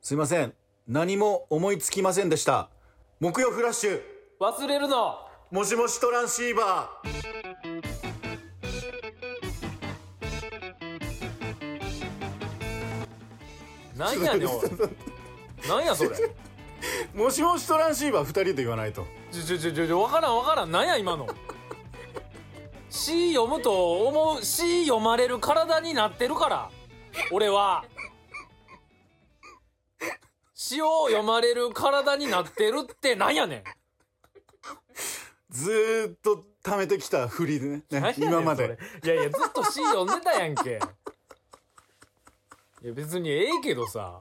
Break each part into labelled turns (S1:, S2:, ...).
S1: すいません。何も思いつきませんでした。木曜フラッシュ、
S2: 忘れるの
S1: もしもしトランシーバー。
S2: なんや ねんおいなんやそれ
S1: もしもしトランシーバー二人で言わないと。
S2: ちょちょちょちょ分からん分からんなんや今の C 読むと思う C 読まれる体になってるから俺は詩を読まれる体になってるってなんやねん
S1: ずーっと溜めてきた振りでね。
S2: 何や
S1: ね
S2: ねん
S1: 今ま
S2: そ
S1: で
S2: れ。いやいやずっと C 読んでたやんけいや別にええけどさ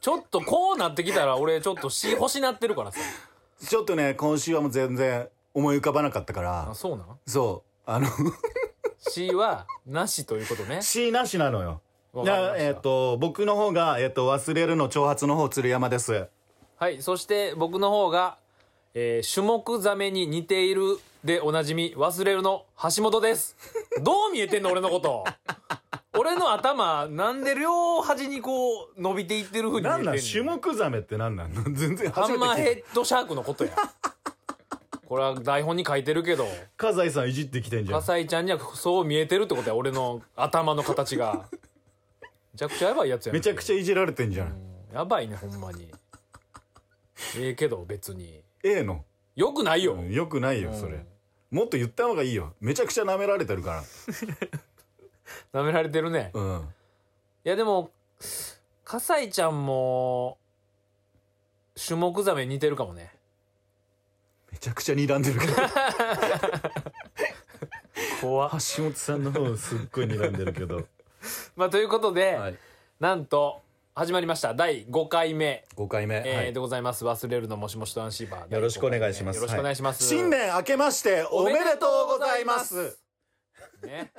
S2: ちょっとこうなってきたら俺ちょっと C 欲しなってるからさ
S1: ちょっとね、今週はもう全然思い浮かばなかったか
S2: あ
S1: ら、
S2: そうなん
S1: そう、あの、
S2: C はなしということね
S1: C なしなのよ。
S2: わ
S1: じ
S2: か
S1: ゃ
S2: りま
S1: あ、
S2: した
S1: えっ、と、僕の方が、えっ、と、忘れるの挑発の方、鶴山です。
S2: はい、そして僕の方が、えー、種目ザメに似ているでおなじみ、忘れるの橋本です。どう見えてんの俺のこと。俺の頭、なんで両端にこう、伸びていってる風に見え
S1: な
S2: て
S1: ん
S2: ん
S1: なん
S2: の
S1: 種目ザメってなんなん 全然
S2: ハ
S1: 初め
S2: ン
S1: て
S2: マー
S1: 聞いた。
S2: ヘッドシャークのことや。これは台本に書いてるけど、
S1: 笠井さんいじってきてんじゃん。
S2: 笠井ちゃんにはそう見えてるってことや、俺の頭の形が。めちゃくちゃやばいやつやん
S1: めちゃくちゃいじられてんじゃん。
S2: うんやばいね、ほんまに。ええけど、別に。
S1: ええの。
S2: よくないよ。
S1: うんよくないよ、それ。もっと言った方がいいよ。めちゃくちゃ舐められてるか
S2: 舐められてるね。
S1: ら。うん。
S2: いやでも、笠井ちゃんも、種目ザメ似てるかもね。
S1: めちゃくちゃ睨んでるから。
S2: 怖
S1: 橋本さんの方すっごい睨んでるけど。
S2: まあということで、
S1: はい。
S2: なんと、始まりました。第5回目、
S1: 5回目。
S2: えー
S1: はい
S2: でございます。忘れるのもしもしトランシーバー。
S1: よろしくお願いします。
S2: よろしくお願いします。
S1: は新年明けましておめでとうございます。
S2: ね。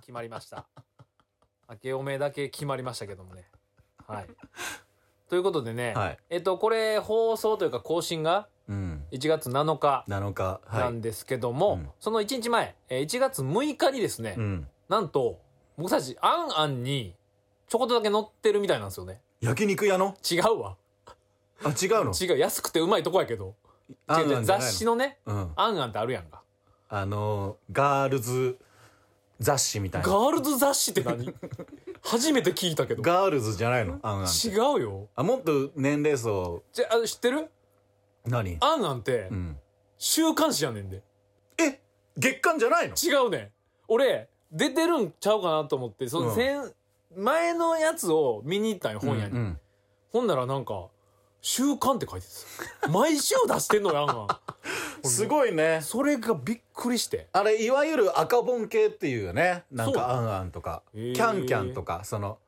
S2: 決まりました。明けおめだけ決まりましたけどもね。はい。ということでね、
S1: はい
S2: えっと、これ放送というか更新が
S1: うん。
S2: 1月7日
S1: 7日。は
S2: ないん。ですけども、
S1: うん
S2: その1日前、えー1月6日にですね、
S1: うん。
S2: なんと、僕たち、あんあんに、ちょこっとだけ乗ってるみたいなんですよね。
S1: 焼肉屋の
S2: 違うわ。
S1: あ、違うの
S2: 違う。安くてうまいとこやけど。違う違う雑誌
S1: の。
S2: のね、
S1: うん。
S2: あんあんってあるやんか。
S1: あのー、ガールズ雑誌みたい
S2: ガ
S1: な。
S2: ールズ雑誌って 何初めて聞いたけど。
S1: ガールズじゃないのあんあん。
S2: 違うよ。
S1: あ、もっと年齢層、
S2: じゃあ、知ってる
S1: 何
S2: あんあんって
S1: う、ん。
S2: 週刊誌やねんで。
S1: え月刊じゃないの
S2: 違うねん。俺、出てるんちゃうかなと思って、その、
S1: うん
S2: 先前のやつを見に行ったんよ、本屋に。
S1: うんうん
S2: ほんならなんか、週刊って書いてた。毎週出してんのよ、あんあ ん。
S1: すごいね。
S2: それがびっくりして。
S1: あれ、いわゆる赤本系っていうよね。なん
S2: そう
S1: か、あんあんとか、
S2: へー
S1: キャンキャンとか、その、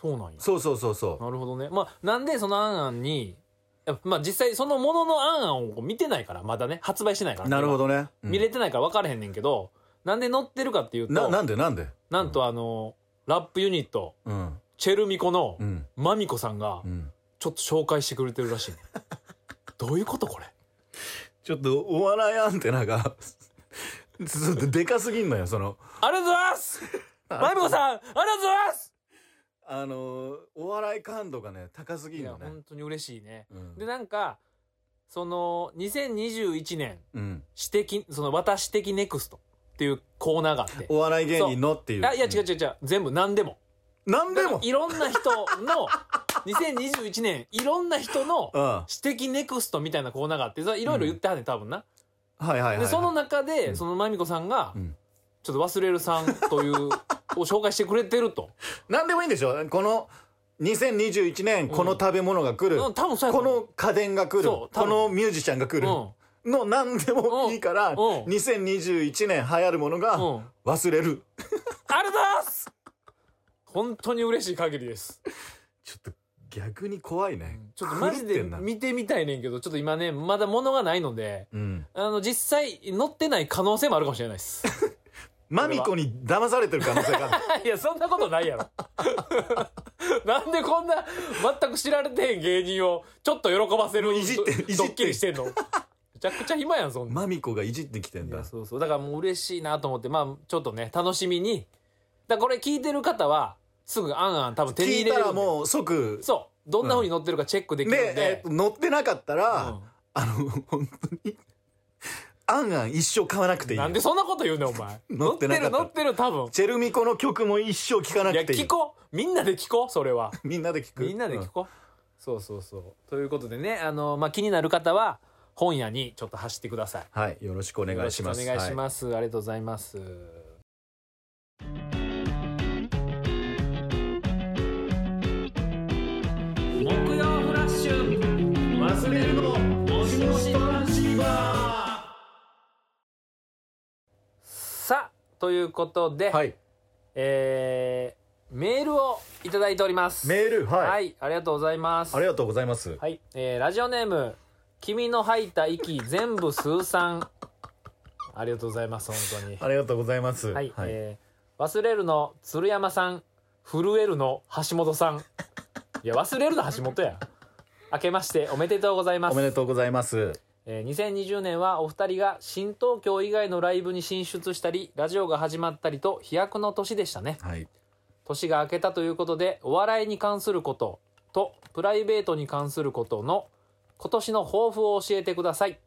S2: そうなんや。
S1: そうそうそうそ
S2: なるほどね。まあ、なんでそのアンアンに、やっぱまあ実際そのもののアンアンを見てないから、まだね、発売してないか
S1: う。
S2: ら。
S1: なるほどね。う
S2: 今。
S1: ん
S2: 見れてないから分からへんねんけど、なんで乗ってるかっていうと、
S1: な、
S2: な
S1: なんでなんで
S2: んとあの、ラップユニット、
S1: うん。
S2: チェルミコの
S1: うん。
S2: マミコさんが
S1: う、ん。
S2: ちょっと紹介してくれてる らしい、ねどういうことこれ。
S1: ちょっと、お笑いアンテナが、ちょっとでかすぎんのよ、その。
S2: ありがとうございますマミコさんありがとうございます
S1: あのー、お笑い感度がね、高すぎ
S2: い
S1: ん
S2: や、
S1: のね。
S2: 本当に嬉しいね。
S1: うん
S2: で、なんか、その、2021年、
S1: うん。
S2: 指摘、その、私的ネクストっていうコーナーがあって。
S1: お笑い芸人のっていう。
S2: あいや、違う違う違う。全部、何でも。
S1: うん。なんでも
S2: いろんな人 の、2021年、いろんな人の
S1: うん。は
S2: 指摘ネクストみたいなコーナーがあって、それいろいろ言ってはんねん、多分な。
S1: いはいはいはい。
S2: で、その中
S1: う
S2: で、
S1: ん
S2: そのまみこさんが、
S1: うん
S2: ちょっと忘れるさんという、を紹介してくれてると。
S1: なんでもいいんでしょこの、2021年、この食べ物が来る。
S2: うん多分そうや
S1: こと
S2: 思う
S1: の家電が来る。
S2: そ
S1: こ
S2: う多分
S1: のミュージシャンが来る。の何でもいいから、
S2: んうん
S1: 2021年流行るもの
S2: うん。
S1: が
S2: うん。
S1: 忘れる。
S2: ありがとうございます本当に嬉しい限りです。
S1: ちょっと逆に怖いね。
S2: ちょっとマジで
S1: 狂ってんな
S2: 見てみたいねんけど、ちょっと今ね、まだ物がないので、
S1: うん。
S2: あの、実際乗ってない可能性もあるかもしれないです。
S1: マミコに騙されてる可能性が ある。
S2: いや、そんなことないやろ。 なんでこんな全く知られてへん芸人をちょっと喜ばせる
S1: もういじっていじって
S2: ドッキリしてんの。めちゃくちゃ暇やん、そんな。
S1: マミコがいじってきてん
S2: い
S1: だ
S2: や。そうそう。だからもう嬉しいなと思って、まあ、ちょっとね、楽しみに。だからこれ聞いてる方は、すぐあんあん多分手
S1: 聞
S2: に入
S1: い
S2: れれ
S1: た
S2: るんで。
S1: らもう即、
S2: そどんな風に乗ってるかチェックできるんで、
S1: で、えっと乗ってなかったら、
S2: うん
S1: あの、本当に、あんあん一生買わなくていい。
S2: なんでそんなこと言うねんお前
S1: 乗ってなかった
S2: 乗ってる乗ってる多分
S1: チェルミコの曲も一生聴かない
S2: や
S1: くていい。
S2: 聞こうみんなで聞こうそれは
S1: みんなで聞く。
S2: みんなで聞
S1: く。
S2: こう、そうそうそうということでねあの、まあ、気になる方は本屋にちょっと走ってください
S1: はい、よろしくお願いします。
S2: よろくお願いし
S1: は
S2: ます、ありがとうございます木曜フラッシュ忘れるのもしもしトランシーバーさあということで、
S1: はい。
S2: えーメールをいただいております
S1: メール、はい。
S2: はい、ありがとうございます
S1: ありがとうございます。
S2: はい、えーラジオネーム「君の吐いた息全部数三」ありがとうございます本当に
S1: ありがとうございます。
S2: はい、えー忘れるの鶴山さん震えるの橋本さんいや忘れるの橋本や明けましておめでとうございま
S1: お
S2: す
S1: めでとうございます。
S2: えー2020年はお二人が新東京以外のライブに進出したりラジオが始まったりと飛躍の年でしたね
S1: はい。
S2: 年が明けたということでお笑いに関することとプライベートに関することの今年の抱負を教えてください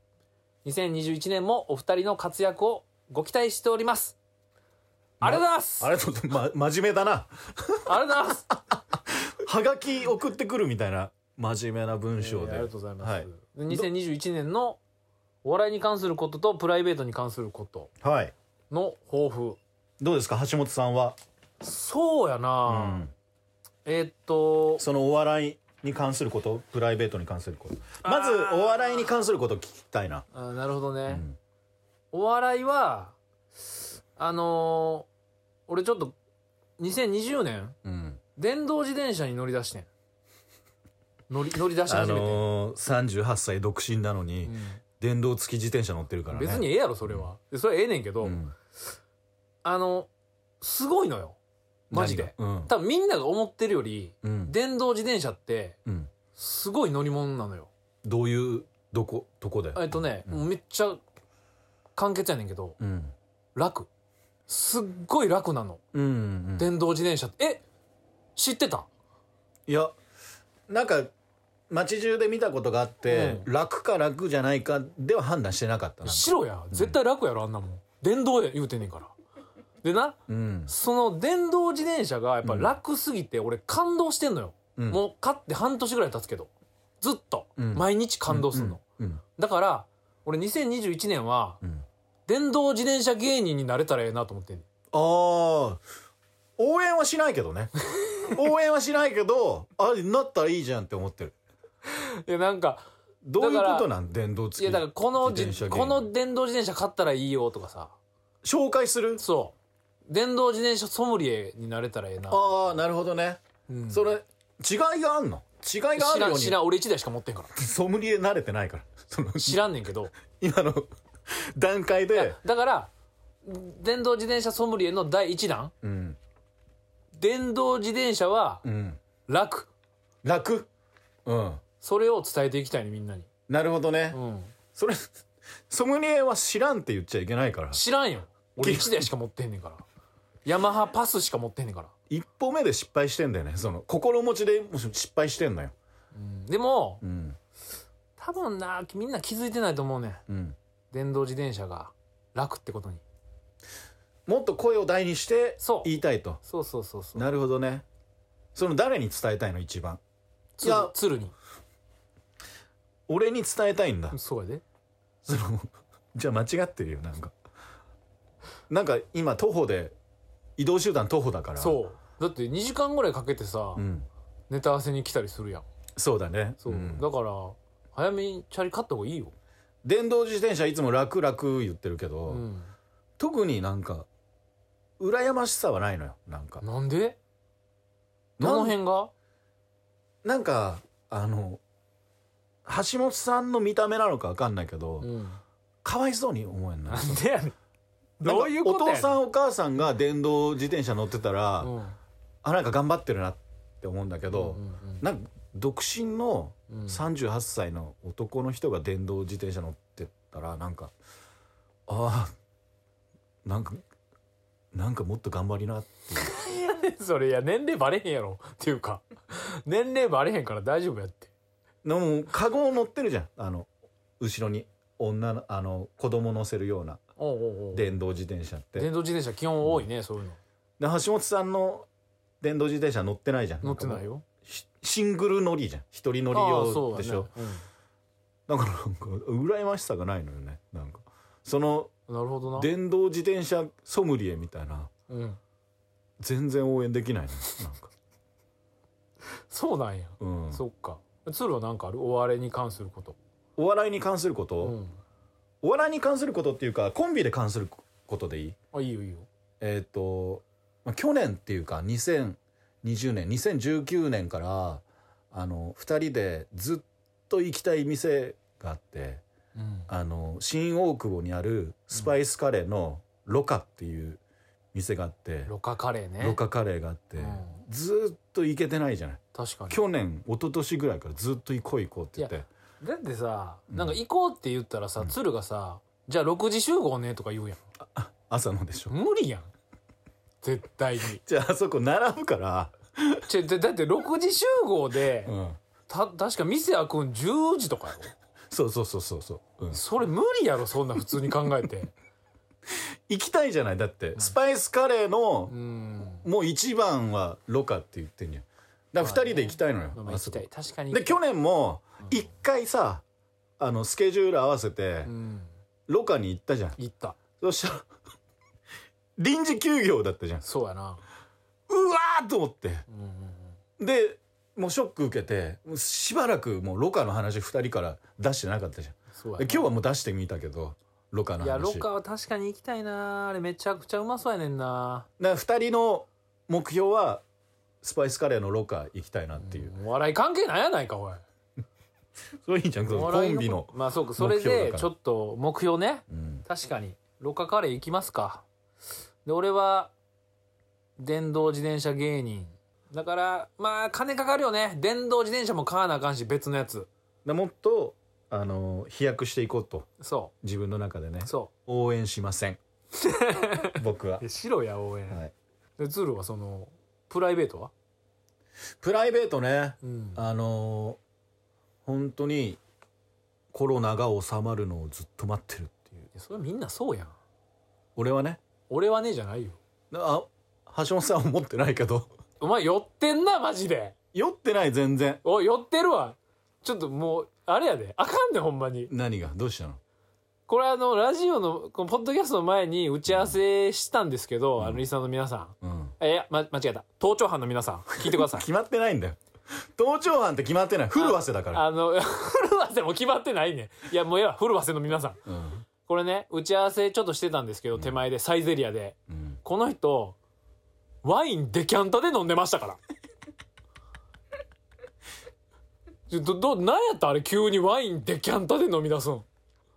S2: 2021年もお二人の活躍をご期待しておりますありがとうございます
S1: ありがとうございます。ま、真面目だな。
S2: ありがとうございます
S1: はがき送ってくるみたいな、真面目な文章
S2: えー
S1: で。
S2: ありがとうございます、
S1: はい
S2: で2021年のお笑いに関することとプライベートに関すること
S1: はい。
S2: の抱負
S1: どうですか、橋本さんは。
S2: そうや
S1: う
S2: な、
S1: ん。
S2: えーっと
S1: そのお笑いに関すること、プライベートに関すること。
S2: あー
S1: まず、お笑いに関すること聞きたいな。
S2: あなるほどね、
S1: うん
S2: お笑いはあのー俺ちょっと2020年
S1: うん。
S2: 電動自転車に乗り出してん乗り乗り出し
S1: あ
S2: 始めてん、
S1: のー、38歳独身なのに、電動付き自転車乗ってるか
S2: う
S1: ら
S2: ん
S1: ね。
S2: 別にええやろそれは、でそれはええねんけど、
S1: うん、
S2: あのすごいのよマジで
S1: 何が
S2: 多分みんなが思ってるより
S1: うん。うん。
S2: 電動自転車って
S1: うん。
S2: すごい乗り物なのよ
S1: どういう、どこ、とこだよ。
S2: えっとね、
S1: うん
S2: めっちゃ簡潔やねんけど
S1: うん。
S2: 楽すっごい楽なの
S1: うん、うん。
S2: 電動自転車ってえ知ってた
S1: いやなんか街中で見たことがあって、
S2: う
S1: 楽か楽じゃないかでは判断してなかったな
S2: 白や絶対楽やろあんなもん電動や言うてんねんからでな
S1: うん
S2: その電動自転車がやっぱ楽すぎて俺感動してんのよ、
S1: うん
S2: もう買って半年ぐらい経つけどずっと
S1: うん
S2: 毎日感動するの、
S1: うん
S2: だから俺2021年は
S1: うん
S2: 電動自転車芸人になれたらええなと思ってんねん
S1: あー応援はしないけど ね応援はしないけどあなったらいいじゃんって思ってる
S2: いやなんか
S1: どういう
S2: だから
S1: ことなん電動付
S2: い
S1: き
S2: やだからこのじ
S1: 自転車芸
S2: こ
S1: 人
S2: の電動自転車買ったらいいよとかさ
S1: 紹介する
S2: そう電動自転車ソムリエになれたらええな、
S1: ああなるほどね、
S2: うん
S1: それ違いがあんの違いがあ
S2: 知
S1: るよ
S2: ら
S1: うんに
S2: 知らん俺1台しか持ってんから
S1: ソムリエ慣れてないから その
S2: 知らんねんけど
S1: 今の段階で
S2: だから電動自転車ソムリエの第1弾
S1: うん
S2: 電動自転車は
S1: うん
S2: 楽
S1: 楽うん
S2: それを伝えていきたいねみんなに、
S1: なるほどね、
S2: うん、
S1: それ、ソムリエは知らんって言っちゃいけないから。
S2: 知らんよ俺1台しか持ってんねんからヤマハパスしか持ってんねんから、
S1: 一歩目で失敗してんだよね。その、心持ちでもし失敗してんのよ。
S2: うん、でも
S1: うん。
S2: 多分なみんな気づいてないと思うねん
S1: うん。
S2: 電動自転車が楽ってことに
S1: もっと声を大にして
S2: そう、
S1: 言いたいと。
S2: そうそうそうそう
S1: なるほどね。その誰に伝えたいの一番。い
S2: 鶴
S1: や
S2: 鶴に
S1: 俺に伝えたいんだ。
S2: そうやで
S1: その、じゃあ間違ってるよ、なんか。なんか今徒歩で、移動手段徒歩だから。
S2: そうだって2時間ぐらいかけてさ、
S1: うん。
S2: ネタ合わせに来たりするやん
S1: そうだね。
S2: そう、
S1: ん
S2: だから早めにチャリ買った方がいいよ、
S1: 電動自転車いつも楽々言ってるけど、
S2: うん、
S1: 特になんか、羨ましさはないのよ、なんか。
S2: なんでどの辺が
S1: なんかあの橋本さんの見た目なのかわかんないけど、
S2: うん
S1: かわいそうに思えんな
S2: なんでやねん。
S1: なん
S2: ど
S1: か
S2: ういうこと
S1: お
S2: やね
S1: 父さんお母さんが電動自転車乗ってたら、
S2: うん
S1: あなんか頑張ってるなって思うんだけど、
S2: うんうん
S1: なんか独身の
S2: うんうん
S1: 38歳の男の人が電動自転車乗ってたらなんかああなんかなんかもっと頑張りなっていう
S2: やねんそれいや年齢バレへんやろっていうか 年齢バレへんから大丈夫やって
S1: でもカゴを乗ってるじゃんあの後ろに女のあの子供乗せるような
S2: おうおうおう
S1: 電動自転車って
S2: 電動自転車基本多いね、そういうの
S1: で橋本さんの電動自転車乗ってないじゃん
S2: 乗って
S1: ん
S2: な
S1: か
S2: い
S1: もう
S2: よ
S1: ひシングル乗りじゃん一人乗り
S2: ああそ
S1: 用
S2: うや
S1: で
S2: ね
S1: しょ、
S2: うん
S1: だからなんか羨ましさがないのよねなんかその
S2: なるほどな
S1: 電動自転車ソムリエみたいな
S2: うん、
S1: 全然応援できないのよなんか
S2: そうなんや、
S1: うん
S2: そっか鶴はなんかあるお笑いに関すること
S1: お笑いに関すること、
S2: うん
S1: お笑いに関することっていうかコンビで関することでいい
S2: あいいよいいよ
S1: えっ、と、まあ、去年っていうか2020年2019年からあの2人でずっと行きたい店があって
S2: うん
S1: あの新大久保にあるスパイスカレーのロカっていう店があって、
S2: ロカカレーね
S1: ロカカレーがあって、
S2: うん
S1: ずっと行けてないじゃない
S2: 確かに
S1: 去年一昨年ぐらいからずっと行こう行こうって言って
S2: だってさ
S1: うん
S2: なんか行こうって言ったらさ、
S1: うん
S2: 鶴がさ「じゃあ6時集合ね」とか言うやん
S1: 朝のでしょ、
S2: 無理やん絶対に
S1: じゃああ そこ並ぶから、
S2: ちょだだって6時集合で、
S1: うん、
S2: た確か店開くん10時とかや
S1: そうそうそうそうそう、うん
S2: ろ、それ無理やろそんな普通に考えて
S1: 行きたいじゃないだってスパイスカレーの
S2: うん
S1: もう一番はロカって言ってんじゃんだから2人で行きたいのよ、
S2: まあまあ
S1: あ
S2: 行
S1: そ
S2: き
S1: こ
S2: たい確かに
S1: で去年も
S2: うん
S1: 一回さあのスケジュール合わせて
S2: うん
S1: ロカに行ったじゃん
S2: 行った
S1: そしたら 臨時休業だったじゃん
S2: そうやな
S1: うわーと思って
S2: うんうんうん
S1: でもうショック受けてもうしばらくもうロカの話2人から出してなかったじゃん
S2: そうや
S1: で
S2: な
S1: 今日はもう出してみたけどロカの
S2: い
S1: 話
S2: やロカは確かに行きたいなあれめちゃくちゃうまそうやねんな
S1: だから2人の目標はスパイスカレーのロカ行きたいなっていう、
S2: お笑い関係ないやないかおい
S1: それいいじゃんその
S2: お
S1: コ
S2: 笑い
S1: ンビの、
S2: まあそうかそれ
S1: 目標だ
S2: で
S1: から
S2: ちょっと目標ね
S1: うん、
S2: 確かにロカカレー行きますかで俺は電動自転車芸人だからまあ金かかるよね電動自転車も買わなあかんし別のやつ
S1: でもっとあの飛躍していこうと
S2: そ
S1: 自分の中でね
S2: うそ
S1: 応援しませ ん僕は
S2: う、白や応援、
S1: はい、
S2: で鶴はそのプライベートは
S1: プライベートね
S2: うん
S1: あの本当にコロナが収まるのをずっと待ってるっていう
S2: それみんなそうやん
S1: 俺はね
S2: 俺はねじゃないよ
S1: あ橋本さんは思ってないけど
S2: お前酔ってんなマジで
S1: 酔ってない全然
S2: おい酔ってるわちょっともうあれやであかんでほんまに
S1: 何がどうしたの
S2: これあのラジオのこのポッドキャストの前に打ち合わせしたんですけど、あのリスナーの皆さん
S1: うん
S2: えいや、ま、間違えた。盗聴犯の皆さん、聞いてくだ さい。
S1: 決まってないんだよ盗聴犯って決まってない古せだから
S2: あの、 古ルワセも決まってないね。いや、もうええわ、古ルワセの皆さん。
S1: うん
S2: これね、打ち合わせちょっとしてたんですけど、手前で、サイゼリアで。
S1: うん
S2: この人、ワインデキャンタで飲んでましたから。 ちょど、ど、なんやったあれ急にワインデキャンタで飲み出すん。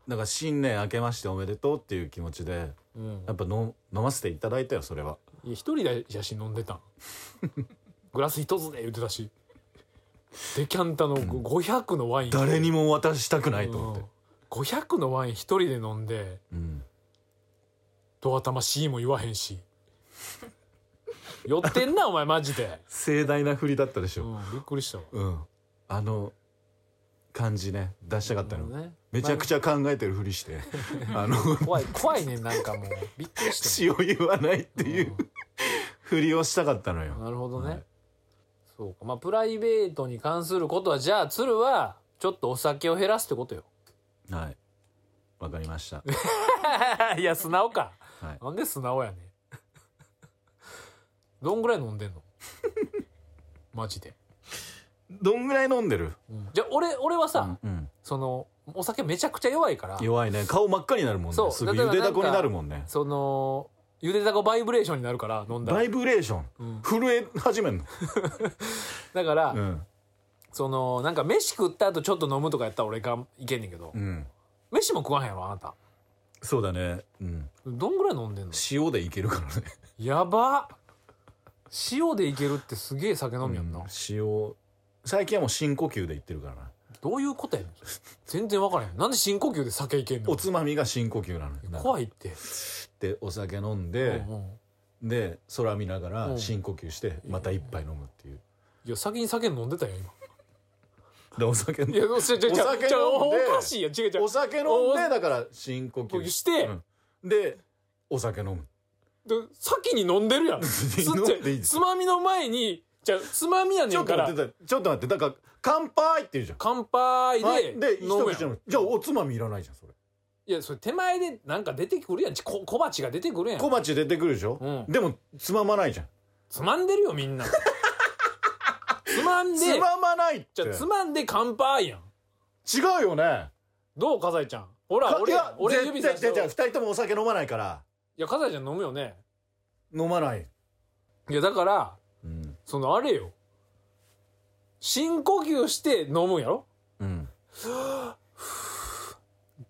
S1: だから新年明けましておめでとうっていう気持ちで
S2: うん
S1: や。っぱの飲ませていただいたよそれはい
S2: や、一人で写真飲んでたん。グラス一つで言ってたし。デキャンタの500のワイン。
S1: 誰にも渡したくないと思って、
S2: うん500のワイン一人で飲んで
S1: うん、
S2: ドア玉 C も言わへんし酔って んなお前マジで、
S1: 盛大な振りだったでし
S2: う
S1: ょ、
S2: ん、びっくりしたわ
S1: うんあの感じね出したかったの、
S2: ね
S1: めちゃくちゃ考えてるふりしてあ の
S2: 怖い怖いねなんかもうびっく りし
S1: 詩を言わないって
S2: た
S1: いうふりをしたかったの
S2: うん
S1: よ
S2: なるほどね、
S1: はい
S2: そうかまあプライベートに関することはじゃあ鶴はちょっとお酒を減らすってことよ
S1: はいわかりました
S2: いや素直か
S1: はい
S2: なんで素直やねんどんぐらい飲んで んのマジで、
S1: どんぐらい飲んでる
S2: うんじゃあ俺俺はさ、
S1: うんうん
S2: そのお酒めちゃくちゃ弱いから
S1: 弱いね顔真っ赤になるもんね
S2: そう
S1: すぐ
S2: だ
S1: ゆ
S2: から
S1: で
S2: な
S1: だ
S2: んか
S1: こになるもんね
S2: そのゆでだこバイブレーションになるから飲んだら
S1: バイブレーション、
S2: うん
S1: 震え始めんの、
S2: だから、
S1: うん
S2: そのなんか飯食った後ちょっと飲むとかやったら俺がいけんねんけど、
S1: うん、
S2: 飯も食わへんやろあなた
S1: そうだね、うん、
S2: どんぐらい飲んでんの
S1: 塩でいけるからね
S2: やば塩でいけるってすげえ酒飲みやんな、
S1: うん塩最近はもう深呼吸でいってるからな
S2: どういうことやねん全然分からへんなんで深呼吸で酒いけんの
S1: おつまみが深呼吸なのよ
S2: 怖いって
S1: でお酒飲んで、
S2: うんうん
S1: で空見なが
S2: う
S1: ら
S2: ん
S1: 深呼吸してまた一杯飲むっていう、
S2: いや先に酒飲んでたよ今
S1: でお酒
S2: いや違う違う違う
S1: お酒飲んで
S2: 違うおかしいや違う違う
S1: お酒飲ん
S2: お
S1: でだから深呼
S2: 呼吸
S1: 吸
S2: して
S1: うんでお酒飲む
S2: で先に飲んでるやんつ
S1: 飲んでいい
S2: っちゃつまみの前にじゃあつまみやね
S1: ちょ
S2: ん
S1: っと
S2: か
S1: 待
S2: ら
S1: ってちょっと待ってだから乾杯って言うじゃん
S2: 乾杯
S1: はい
S2: で
S1: で一
S2: 飲む
S1: 口
S2: や
S1: 飲
S2: ん
S1: むじゃあおつまみいらないじゃんそれ
S2: いやそれ手前でなんか出てくるやんちこ小鉢が出てくるやん
S1: 小鉢出てくるでしょ、
S2: うん
S1: でもつままないじゃん
S2: つまんでるよみ んなつまんで
S1: つままないって
S2: じゃあつまんで乾杯やん
S1: 違うよね
S2: どう笠井ちゃんほら
S1: かい
S2: 俺
S1: や
S2: 俺
S1: 絶
S2: 指さして
S1: 対
S2: よ
S1: 違う違う
S2: い
S1: 二人ともお酒飲まないから
S2: や笠井ちゃん飲むよね
S1: 飲まない、
S2: いやだから
S1: うん
S2: そのあれよ深呼吸して飲むんやろ
S1: うん、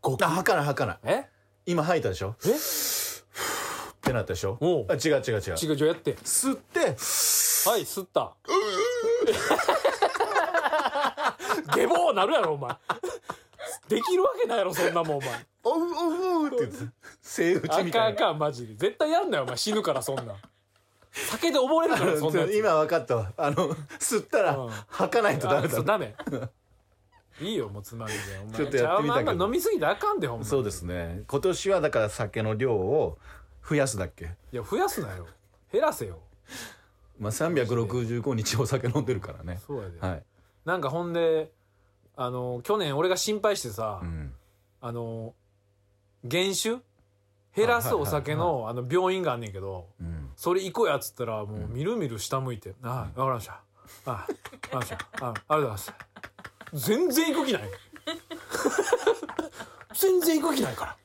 S2: ごく
S1: あ吐かない吐かない
S2: え
S1: 今吐いたでしょ
S2: え
S1: ってなったでしょ
S2: おう
S1: あ違う違う違う
S2: 違う違うやって
S1: 吸って
S2: はい吸った下坊なるやろお前できるわけないやろそんなもんお前
S1: おうおうおうって言ってセイウチ
S2: あ
S1: み
S2: かん
S1: た
S2: あ
S1: い な
S2: かんマジで絶対やんなよお前死ぬからそんなん酒で溺れるからそんなやつ
S1: 今分かったわあの吸ったら
S2: うん
S1: 吐かないとダメ
S2: あ
S1: だ
S2: そうダメいいよもうつまみでお前
S1: ちょっとやってみたけど
S2: ちゃうあんま飲みすぎたらあかんでほんま
S1: そうですね今年はだから酒の量を増やすだっけ
S2: いや増やすなよ減らせよ
S1: まあ365日お酒飲んでるからね
S2: そうやで、
S1: はい、
S2: なんかほんであの去年俺が心配してさ、
S1: うん、
S2: あの減酒減らすお酒のあの病院があんねんけど
S1: うん
S2: それ行こうやっつったらもうみるみる下向いて「ああ分かりましたああ分かりましたあありがとうございます」全然行く気ない 全然行く気ないから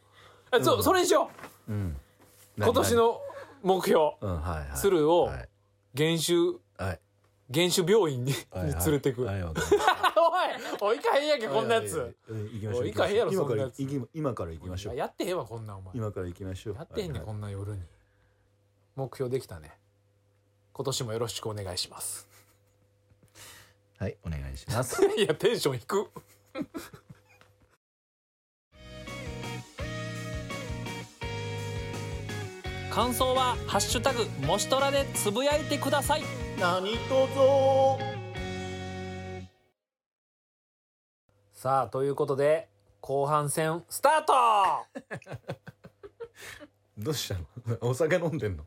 S2: えそうそれにしよ
S1: うん
S2: う今年の目標
S1: うんはいはい
S2: 鶴を
S1: はい
S2: 減酒
S1: はい
S2: 減酒病院にに
S1: はいはい
S2: 連れてくお
S1: はいいわかりました
S2: おい行かへんやんけ こんなや
S1: はいはい
S2: つ
S1: はい行きましょう
S2: おい行かへんやろ
S1: 今から
S2: そんなやつ
S1: 行き今から行きましょう
S2: やってへんわこんなんお前
S1: 今から行きましょう
S2: やってへんね
S1: はい
S2: こんな夜に目標できたね今年もよろしくお願いします
S1: はいお願いします
S2: いやテンション 低く感想は「ハッシュタグもしとら」でつぶやいてください
S1: 何とぞ
S2: さあということで後半戦スタート
S1: どうしたの お酒飲んでんの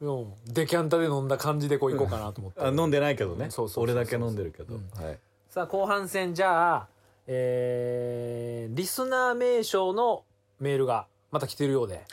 S2: うんデキャンタで飲んだ感じでこう行こうかなと思って
S1: あ飲んでないけどね
S2: そうそうそうそ
S1: 俺
S2: う
S1: だけ飲んでるけど、
S2: うん
S1: はい
S2: さあ後半戦じゃあ、えーリスナー名称のメールがまた来てるようで、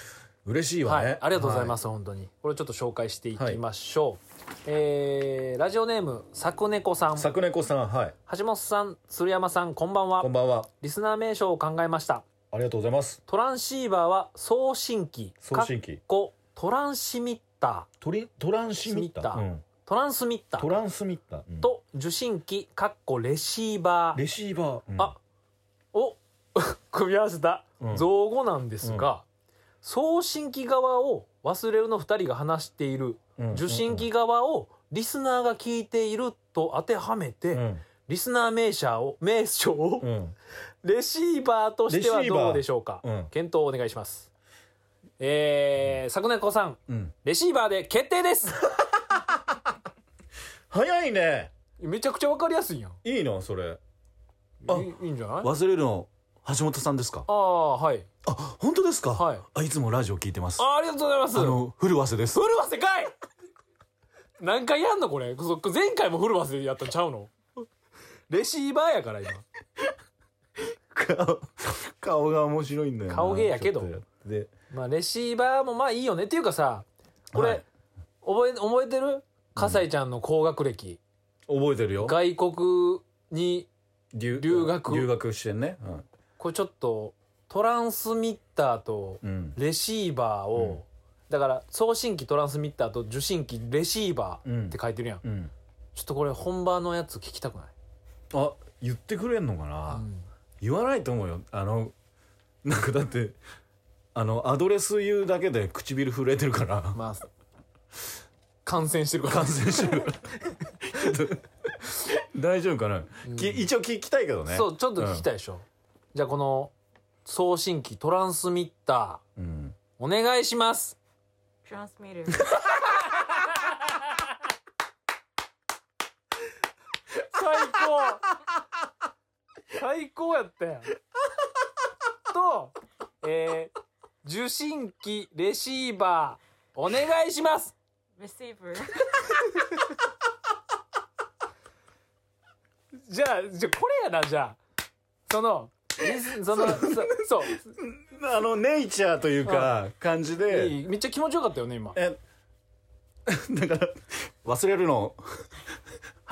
S1: 嬉しいわ
S2: は
S1: ね、
S2: い、ありがとうございますす、本当にこれちょっと紹介していきましょう、えーラジオネームさくねこさん
S1: さくねこさんはい
S2: 橋本さん鶴山さんこんばんは
S1: こんばんは
S2: リスナー名称を考えました
S1: ありがとうございます
S2: トランシーバーは送信機
S1: 送信機
S2: かっこトランシミッター
S1: トリトランシミッタ
S2: スミッタ
S1: うん、
S2: トランスミッタ
S1: ト
S2: ー
S1: ランスミッタ、うん、
S2: と受信機かっこレシーバー
S1: レシーバー、うん
S2: あを 組み合わせた
S1: うん
S2: 造語なんですが、送信機側を忘れるの2人が話している
S1: うん
S2: 受信機側をリスナーが聞いていると当てはめて、
S1: うん
S2: リスナー名称を名称を
S1: うん
S2: レシーバーとしてはどうでしょうか、
S1: レシーバーうん
S2: 検討お願いしますえー、昨年子さん
S1: うん
S2: レシーバーで決定です
S1: 早いね
S2: めちゃくちゃわかりやすいやん
S1: いいなそれあ
S2: いいいんじゃないあ
S1: 忘れるの橋本さんですか
S2: あーはい
S1: あ本当ですか
S2: はい
S1: あいつもラジオ聞いてます
S2: あーありがとうございます
S1: あの古早です
S2: フルワセかい何回やんのこれそ前回もフルワセやったんちゃうのレシーバーやから今
S1: 顔顔が面白いんだよな
S2: 顔芸やけど
S1: ちょっとやって
S2: まあレシーバーもまあいいよねっていうかさこれ、
S1: はい
S2: 覚え覚えてる笠井ちゃんの高学歴、
S1: 覚えてるよ
S2: 外国に
S1: 留
S2: 留学
S1: 留学してね、
S2: これちょっとトランスミッターと
S1: うんうん
S2: レシーバーを、だから送信機トランスミッターと受信機レシーバーって書いてるやん、
S1: うん、
S2: ちょっとこれ本場のやつ聞きたくない、
S1: あ言ってくれんのかな、
S2: うん
S1: 言わないと思うよあのなんかだってあのアドレス言うだけで唇震えてるから
S2: まあ感染してるから
S1: 感染してるからちょっと大丈夫かな、き一応聞きたいけどね
S2: そうちょっと聞きたいでしょ、じゃあこの送信機トランスミッター
S1: うん
S2: お願いします
S3: transmitter.
S2: 最高最高やったやんとえー受信機レシーバーお願いします
S3: receiver.
S2: じゃあじゃあこれやなじゃあそのリス そのそそう
S1: あのネイチャーというか感じで
S2: いいめっちゃ気持ちよかったよね今
S1: え だから忘れるの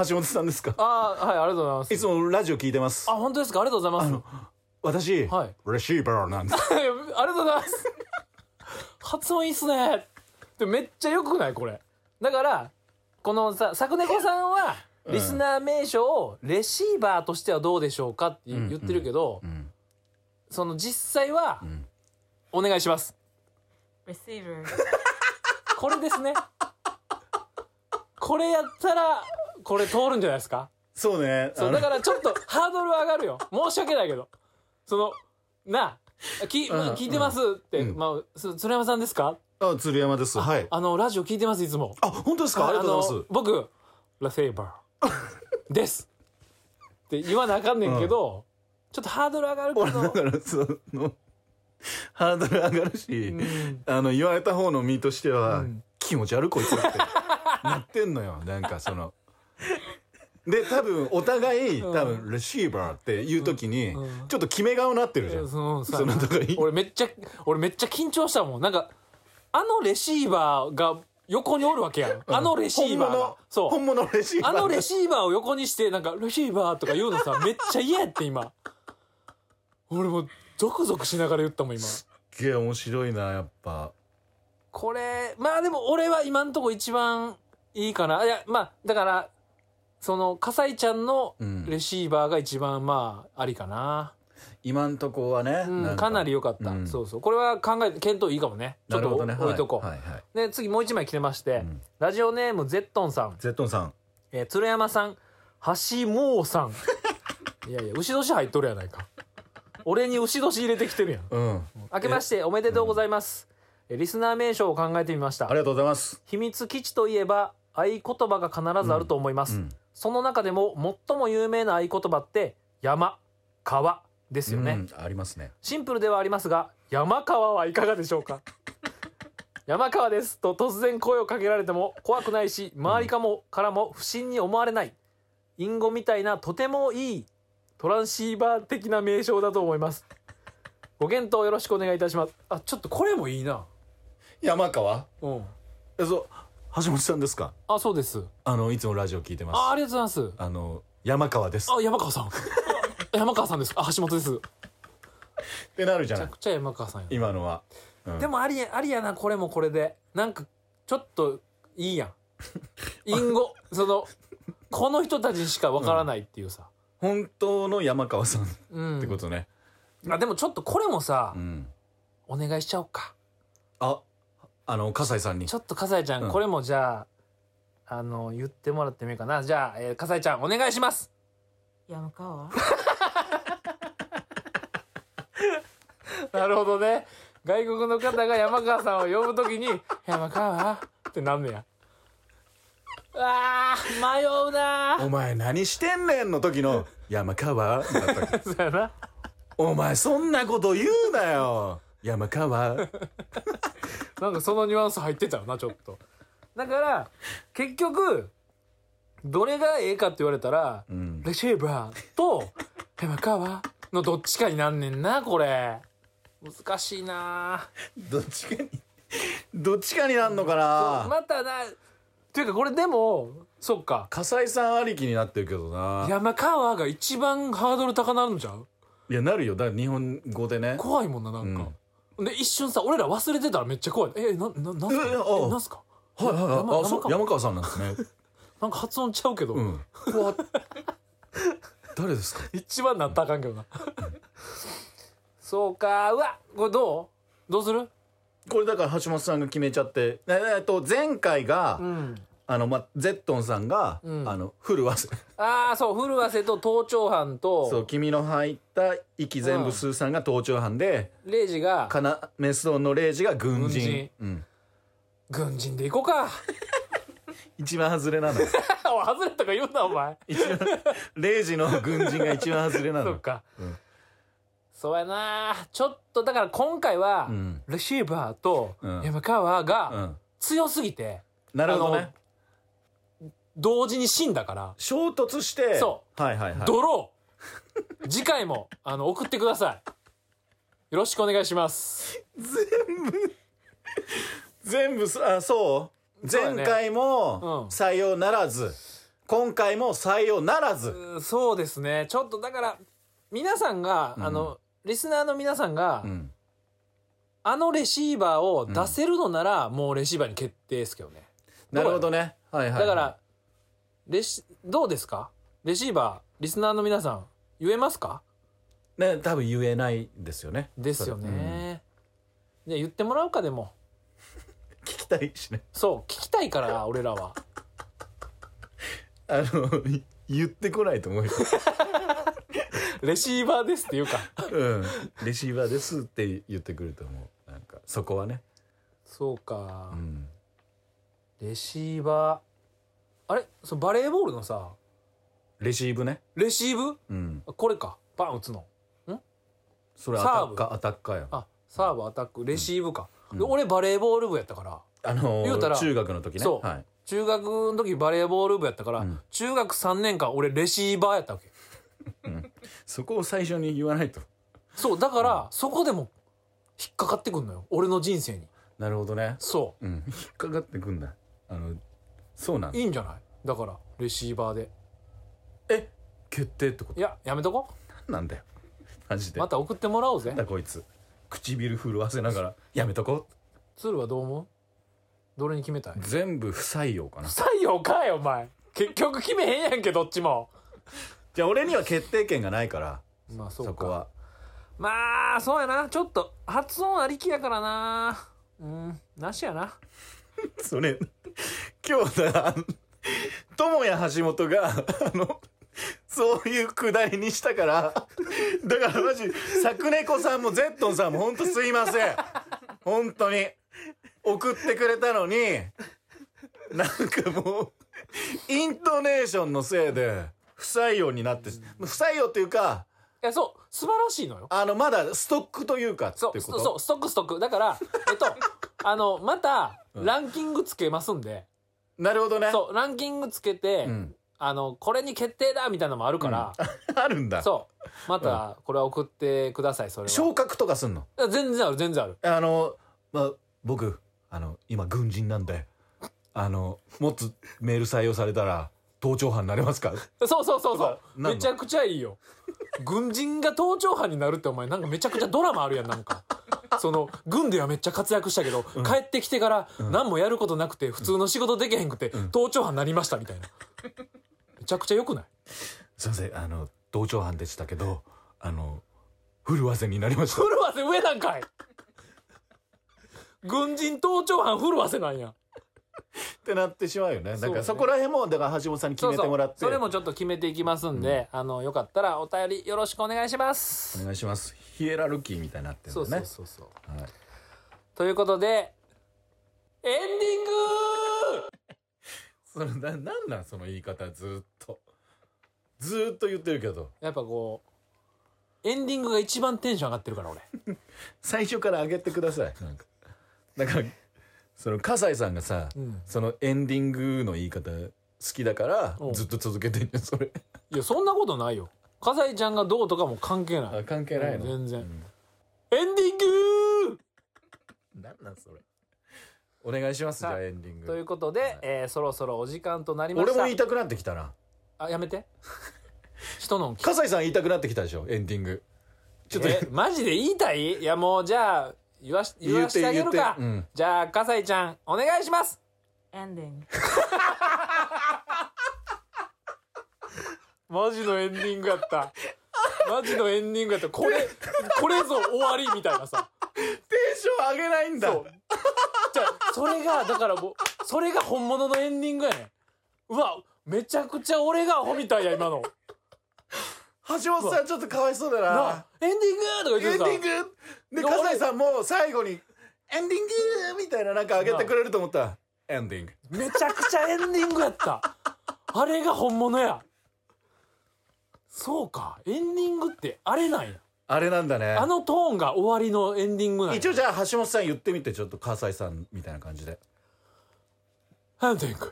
S1: 橋本さんですか
S2: ああはいありがとうございます
S1: いつもラジオ聞いてます
S2: あ本当ですかありがとうございます
S1: 私、
S2: はい
S1: レシーバーなんです
S2: ありがとうございます発音いいっすねでめっちゃよくないこれだからこのさ作猫さんは
S1: ん
S2: リスナー名称をレシーバーとしてはどうでしょうかって言
S1: うん
S2: 言ってるけど、
S1: ん
S2: その実際は、お願いします
S3: receiver.
S2: これですねこれやったらこれ通るんじゃないですか
S1: そうね
S2: そう
S1: あの
S2: だからちょっとハードル上がるよ申し訳ないけどそのなあき、
S1: うん
S2: 聞いてますって、
S1: うん
S2: まあ、す鶴山さんですか
S1: あ鶴山ですはい
S2: あの、ラジオ聞いてます、いつも。
S1: あ本当ですかありがとうござい
S2: あ
S1: ま
S2: の
S1: す
S2: 僕、ラセ イバーです。って言わなあかんねんけど、ちょっとハードル上がるけ
S1: 俺だ
S2: ど、
S1: からそのハードル上がるし、
S2: うん
S1: あの言われた方の身としては、
S2: うん
S1: 気持ち悪いこいつってなってんのよなんかそので多分お互い
S2: うん
S1: 多分レシーバーっていう時に、
S2: うん
S1: ちょっと決め顔になってるじゃん、
S2: そのさ
S1: そのだからい
S2: 俺めっちゃ、俺めっちゃ緊張したもん。なんか、あのレシーバーが横におるわけやん。あのレシーバー
S1: 本
S2: が
S1: 物。
S2: そう
S1: 本。物レシーバ
S2: あ
S1: ーが
S2: のレシーバーを横にして、なんか、レシーバーとか言うのさ、めっちゃ嫌やって今。俺もう、ゾクゾクしながら言ったもん今。
S1: すっげえ面白いなやっぱ
S2: これ、まあでも俺は今んとこ一番いいかな。いや、まあ、だから、その、笠井ちゃんの
S1: うん
S2: レシーバーが一番まあ、ありかな。
S1: 今んとこはね、
S2: うん、
S1: ん
S2: かなり良かった、
S1: うん
S2: そうそう。これは考えて、検討いいかもね。ちょ
S1: なる
S2: っ
S1: ほ
S2: とお、
S1: どね
S2: 置いとこう。
S1: はいはいはい
S2: で、次もう一枚来てまして、
S1: うん
S2: ラジオネーム、ゼットンさん、
S1: ゼットンさん
S2: えー鶴山さん、橋もう さん。いやいや、牛年入っとるやないか。俺に牛年入れてきてるやん。
S1: うん
S2: 明けましておめでとうございます。えリスナー名称を考えてみました
S1: あ。りがとうございます
S2: 秘密基地といえば合言葉が必ずあると思います、
S1: うん
S2: その中でも最も有名な合言葉って山川ですよね、
S1: うんありますね
S2: シンプルではありますが山川はいかがでしょう か山川ですと突然声をかけられても怖くないし周りかも、からも不審に思われない隠語みたいなとてもいいトランシーバー的な名称だと思いますご検討よろしくお願いいたしますあちょっとこれもいいな
S1: 山川
S2: うん
S1: えそう橋本さんですか
S2: あそうです
S1: あのいつもラジオ聞いてます
S2: あありがとうございます
S1: あの山川です
S2: あ、山川さん。 山川さんです。あ、橋本です。め
S1: ってなるじゃ
S2: ち
S1: な
S2: ゃ
S1: い
S2: くちゃ山川さんや。
S1: 今のは、うん
S2: でもありや、ありやな、これもこれで。なんか、ちょっと、い いやん。隠語、その、この人たちにしかわからないっていうさ。
S1: 本当の山川さんっ
S2: うん。
S1: てことね、
S2: あでもちょっとこれもさ、
S1: うん
S2: お願いしちゃおうか。
S1: ああの笠井さんに
S2: ちょっと、笠井ちゃん、
S1: うん
S2: これもじゃあ、あの、言ってもらってもいいかな。じゃあ、えー、笠井ちゃん、お願いします。
S3: Yamakawa.
S2: なるほどね。外国の方が山川さんを呼ぶときに、山川ってなんねや。あー、迷うな
S1: お前何してんねんの時の 山川だったっけ
S2: そうやな。
S1: お前そんなこと言うなよ山川
S2: なんかそのニュアンス入ってたよな、ちょっと。だから、結局、どれがええかって言われたら、
S1: うん
S2: レシーバーと山川のどっちかになんねんな、これ。難しいな
S1: どっちかにどっちかになんのか
S2: そう
S1: な
S2: またな、っていうかこれでも、そっか。
S1: 笠井さんありきになってるけどないや
S2: 山川が一番ハードル高なるんちゃう
S1: なるよだから日本語でね
S2: 怖いもんななんか、で一瞬さ俺ら忘れてたらめっちゃ怖いえなななんすか
S1: えあ
S2: えなんすか
S1: はいはいはい
S2: 山
S1: あそう
S2: 山川
S1: 山川さんなんですね
S2: なんか発音ちゃうけど、
S1: うん怖っ誰ですか
S2: 一番なったらあかんけどな そうかうわこれどうどうする
S1: これだから橋本さんが決めちゃってええっと前回が、
S2: うん
S1: あのまあゼットンさんが、
S2: うん
S1: あのフルワス
S2: ああそう古わせと盗聴犯
S1: そう
S2: と
S1: 君の入った息全
S2: う
S1: 部
S2: ん
S1: スーさんが盗聴犯で、
S2: レイジが
S1: かなメスドンのレイジが軍人
S2: 軍人
S1: うん、
S2: 軍人で行こうか。
S1: 一番外れなのよ
S2: おい外れとか言うな、お前。
S1: 一番0時の軍人が一番外れな
S2: そ
S1: の
S2: っか。
S1: うん
S2: そうやなちょっと、だから今回は、
S1: うん
S2: レシーバーと
S1: うん
S2: 山川
S1: う
S2: が
S1: ん
S2: 強すぎて、
S1: なるほど
S2: あ
S1: ね
S2: の同時に死んだから、
S1: 衝突して
S2: そう
S1: はいはいはい
S2: ドロー次回も、あの、送ってください。よろしくお願いします。
S1: 全部あそう
S2: そうだね
S1: 前回も
S2: うん
S1: 採用ならず、今回も採用ならず、
S2: うーそうですね。ちょっとだから、皆さんが、
S1: うん
S2: あの、リスナーの皆さんが、
S1: うん
S2: あのレシーバーを出せるのなら、もうレシーバーに決定ですけどね。
S1: なるほどねはいはい
S2: だから、レシ、どうですかレシーバー、リスナーの皆さん、言えますか
S1: ね多分言えないですよね
S2: ですよ
S1: それうん
S2: ね。じゃあ言ってもらうかでも。
S1: 聞きたいしね
S2: そう、聞きたいから、俺らは。
S1: あの い言ってこないと思うよ、
S2: レシーバーですっていうか。
S1: うん、レシーバーですって言ってくると思うなんかそこはね、
S2: そうか
S1: う。ん、
S2: レシーバー。あれそのバレーボールのさ、
S1: レシーブね
S2: レシーブ
S1: うん
S2: これか。バン打つの。
S1: それアタ
S2: サ
S1: ッ
S2: ーブ
S1: カーアタッカーやんあ
S2: あ、サーブ、アタック、レシーブか。
S1: うん
S2: で俺バレーボール部やったから、
S1: の
S2: 言うたら
S1: 中学の時ね
S2: そう
S1: はい、
S2: 中学の時バレーボール部やったから、
S1: うん
S2: 中学3年間俺レシーバーやったわけ。
S1: そこを最初に言わないと
S2: そう、だから、そこでも引っかかってくんのよ。俺の人生に。
S1: なるほどね
S2: そ
S1: うん引っかかってくんだあのそうなん
S2: う。
S1: だ
S2: いいんじゃないだから、レシーバーで。
S1: え決定ってこ
S2: い
S1: と
S2: や、やめとこ。
S1: なんだよマジで
S2: また送ってもらおうぜ
S1: なん。だこいつ唇震わせながらやめとこう
S2: 鶴はどう思うどれに決めたい
S1: 全部不採用かな
S2: 不採用かいお前結局決めへんやんけどっちも
S1: じゃあ俺には決定権がないから
S2: まあそ
S1: そう
S2: か
S1: こは
S2: まあそうやなちょっと発音ありきやからなうんなしやな
S1: それ今日だ友也橋本があのそういうくだりにしたからだからマジ昨猫さんもゼットンさんも本当すいません本当に送ってくれたのになんかもうイントネーションのせいで不採用になってし不採用というか
S2: いやそう素晴らしいのよ
S1: あのまだストックというかって
S2: そ
S1: いうう
S2: ス
S1: こ
S2: ト
S1: と
S2: そうストックストックだからえ っとあのまた
S1: うん
S2: ランキングつけますんで、
S1: なるほどね
S2: そうランキングつけて、
S1: ん、
S2: あのこれに決定だみたいなのもあるから、
S1: あるんだ
S2: そうまたこれは送ってくださいそれは
S1: 昇格とかすんの
S2: 全然ある全然ある
S1: あの、まあ、僕、あの、今軍人なんで、あの、もっとメール採用されたら、盗聴犯になれますか
S2: そうそうそうそう
S1: とかなんの
S2: めちゃくちゃいいよ軍人が盗聴犯になるってお前なんかめちゃくちゃドラマあるやんな んかその軍ではめっちゃ活躍したけど、帰ってきてから何もやることなくて普通の仕事できへんくて、盗聴犯になりましたみたいなめちゃくちゃ良くない
S1: すいません、あの、盗聴犯でしたけど、あの、古わせになりました。
S2: 古わせ上なんかい 軍人盗聴犯古わせなんや
S1: ってなってしまうよね。だ
S2: そ
S1: か
S2: うね
S1: らそこら辺も、だから橋本さんに決めてもらって。
S2: そうそうそれもちょっと決めていきますんで、あのよかったらお便りよろしくお願いします
S1: お願いします。ヒエラルキーみたいになってるん
S2: そ
S1: だ
S2: うそ
S1: よ
S2: う
S1: ね。
S2: そうそう
S1: はい
S2: ということでエンディング
S1: それな、なんなんその言い方、ずーっと。ずーっと言ってるけど。
S2: やっぱこうエンディングが一番テンション上がってるか ら俺
S1: 最初から上げてください。なんか。だから、その、笠井さんがさ、
S2: うん
S1: そのエンディングの言い方好きだから
S2: うん
S1: ずっと続けてんじゃんそれ
S2: いやそんなことないよ笠井ちゃんがどうとかも関係ない
S1: あ関係ないの
S2: 全然
S1: うん
S2: エンディング
S1: なんなんそれお願いしますじゃあ
S2: はい
S1: エンディン
S2: という
S1: グ
S2: ことで、
S1: はい
S2: えーそろそろお時間となりました
S1: 俺も言いたくなってきたな
S2: あやめて 人のんき
S1: 笠井さん言いたくなってきたでしょエンディングちょっと
S2: えマジで言いたいいやもうじゃあ言わし言わしてあげるか、
S1: うん
S2: じゃあ笠井ちゃんお願いします
S3: Ending.
S2: マジのエンディングやった マジのエンディングやったこれこれぞ終わりみたいなさ
S1: テンション上げないんだ
S2: そうじゃあそれがだからもうそれが本物のエンディングやねんうわめちゃくちゃ俺がアホみたいや今の
S1: 橋本さんちょっとかわいそうだ
S2: な
S1: な
S2: エンディングとか
S1: エ
S2: 言っ
S1: ン
S2: て
S1: ディング
S2: た
S1: で笠井さんも最後にエンディングみたいななんか上げてくれると思ったら、エンディング。
S2: めちゃくちゃエンディングやった。あれが本物や。そうか。エンディングってあれなんや。
S1: あれなんだね。
S2: あのトーンが終わりのエンディングなんや。
S1: 一応じゃあ橋本さん言ってみて、ちょっと河西さんみたいな感じで。
S2: エンディング。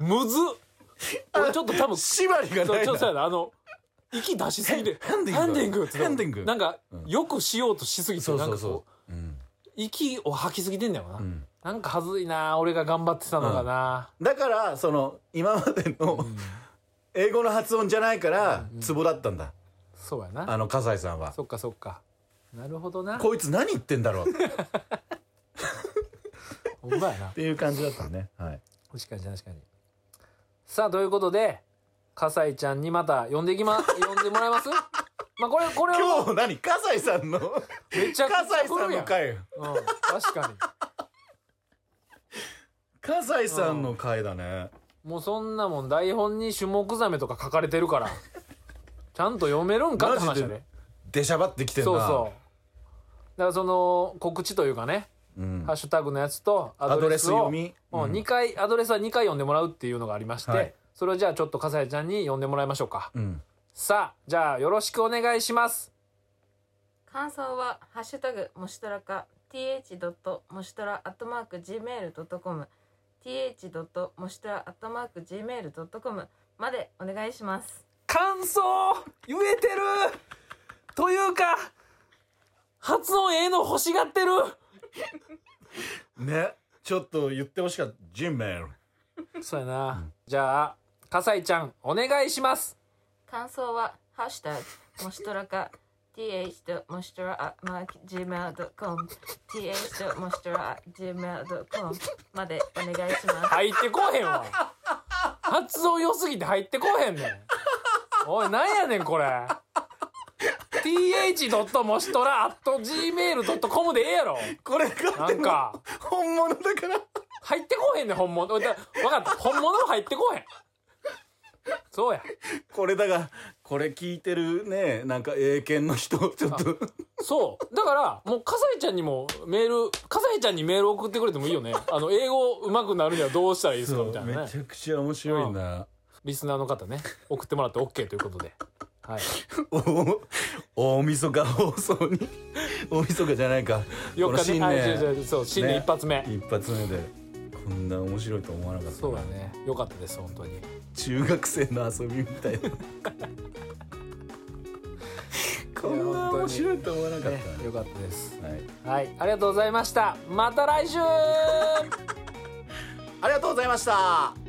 S2: むずっ。俺ちょっと多分、
S1: 縛りが
S2: そう
S1: ない
S2: ちょっとそう
S1: な。
S2: やな、あの、息出しすぎて、
S1: ヘンディング
S2: ヘンディングって
S1: ヘンディング
S2: なんか、よくしようとしすぎて、
S1: そう
S2: なん
S1: そ
S2: か
S1: う
S2: こ
S1: そう。うん
S2: う、息を吐きすぎてんだよな。
S1: ん
S2: なんかはずいな、俺が頑張ってたのかな。
S1: だから、その、今までの
S2: ん
S1: 英語の発音じゃないから、ツボだったんだ。
S2: そうやな。
S1: あの、笠井さんは。
S2: そっかそっか。なるほどな。
S1: こいつ何言ってんだろうっ
S2: ほんまやな。
S1: ていう感じだったね。はい。
S2: 確かに確かに。さあ、ということで、笠井ちゃんにまた呼んでいきま、呼んでもらえます まあこれ、これは
S1: 今
S2: も
S1: 日何笠井さんの、
S2: うめちゃくちゃ
S1: 笠井
S2: 来
S1: さん
S2: るや
S1: の
S2: ん。
S1: 回。
S2: うん、確かに。
S1: 笠井さんの回だね。
S2: もうそんなもん台本に種目ザメとか書かれてる から、ちゃんと読めるんかって
S1: マ
S2: 話
S1: ジ
S2: だ
S1: で
S2: ね。
S1: 出しゃばってきてる
S2: そう
S1: な。
S2: そう。だからその告知というかね、
S1: うん
S2: ハッシュタグのやつと
S1: ア
S2: ア
S1: ド
S2: ド
S1: レ
S2: レ
S1: ス
S2: スを
S1: 読み。
S2: うん、2回、アドレスは2回読んでもらうっていうのがありまして、
S1: はい
S2: それをじゃあちょっと笠井ちゃんに読んでもらいましょうか。
S1: うん。
S2: さあ、じゃあよろしくお願いします。
S3: 感想は、ハッシュタグ、もしとらか、th. もしとら、アットマーク、gmail.com、th. もしとら、アットマーク、gmail.com までお願いします。
S2: 感想言えてるというか、発音ええの欲しがってる
S1: ね。ちょっと言ってほしかった。ジンメール。
S2: そうやな。じゃあ、笠井ちゃん、お願いします。
S3: 感想は、ハッシュタグ、もしとらか、th. もしとら、マーク、gmail.com、th. もしとら、gmail.com までお願いします。
S2: 入ってこへんわ発音良すぎて入ってこへんねんおいなんやねんこれ th. もしとら at gmail.com でええやろ
S1: これが
S2: なんか
S1: 本物だから。
S2: 入ってこへんねん本物おいだわかった本物も入ってこへんそうや
S1: これだが、これ聞いてるね、なんか英検の人、ちょっと。
S2: そうだからもう笠井ちゃんにもメール笠井ちゃんにメール送ってくれてもいいよねあの英語上手くなるにはどうしたらいいですかみたいなね
S1: めちゃくちゃ面白いな。
S2: リスナーの方ね送ってもらって OK ということではい
S1: お、大晦日放送に。大晦日じゃないか。こ
S2: 4
S1: の
S2: 日
S1: 新
S2: ね、はい違う違
S1: 年。
S2: うそう新年一発目、
S1: 一発目で。こんな面白いと思わなかった。
S2: そうだね良かったです本当に
S1: 中学生の遊びみたいな。こんな面白いと思わなかっ
S2: 良かったです
S1: た。はい。
S2: はいありがとうございましたまた来週
S1: ありがとうございました。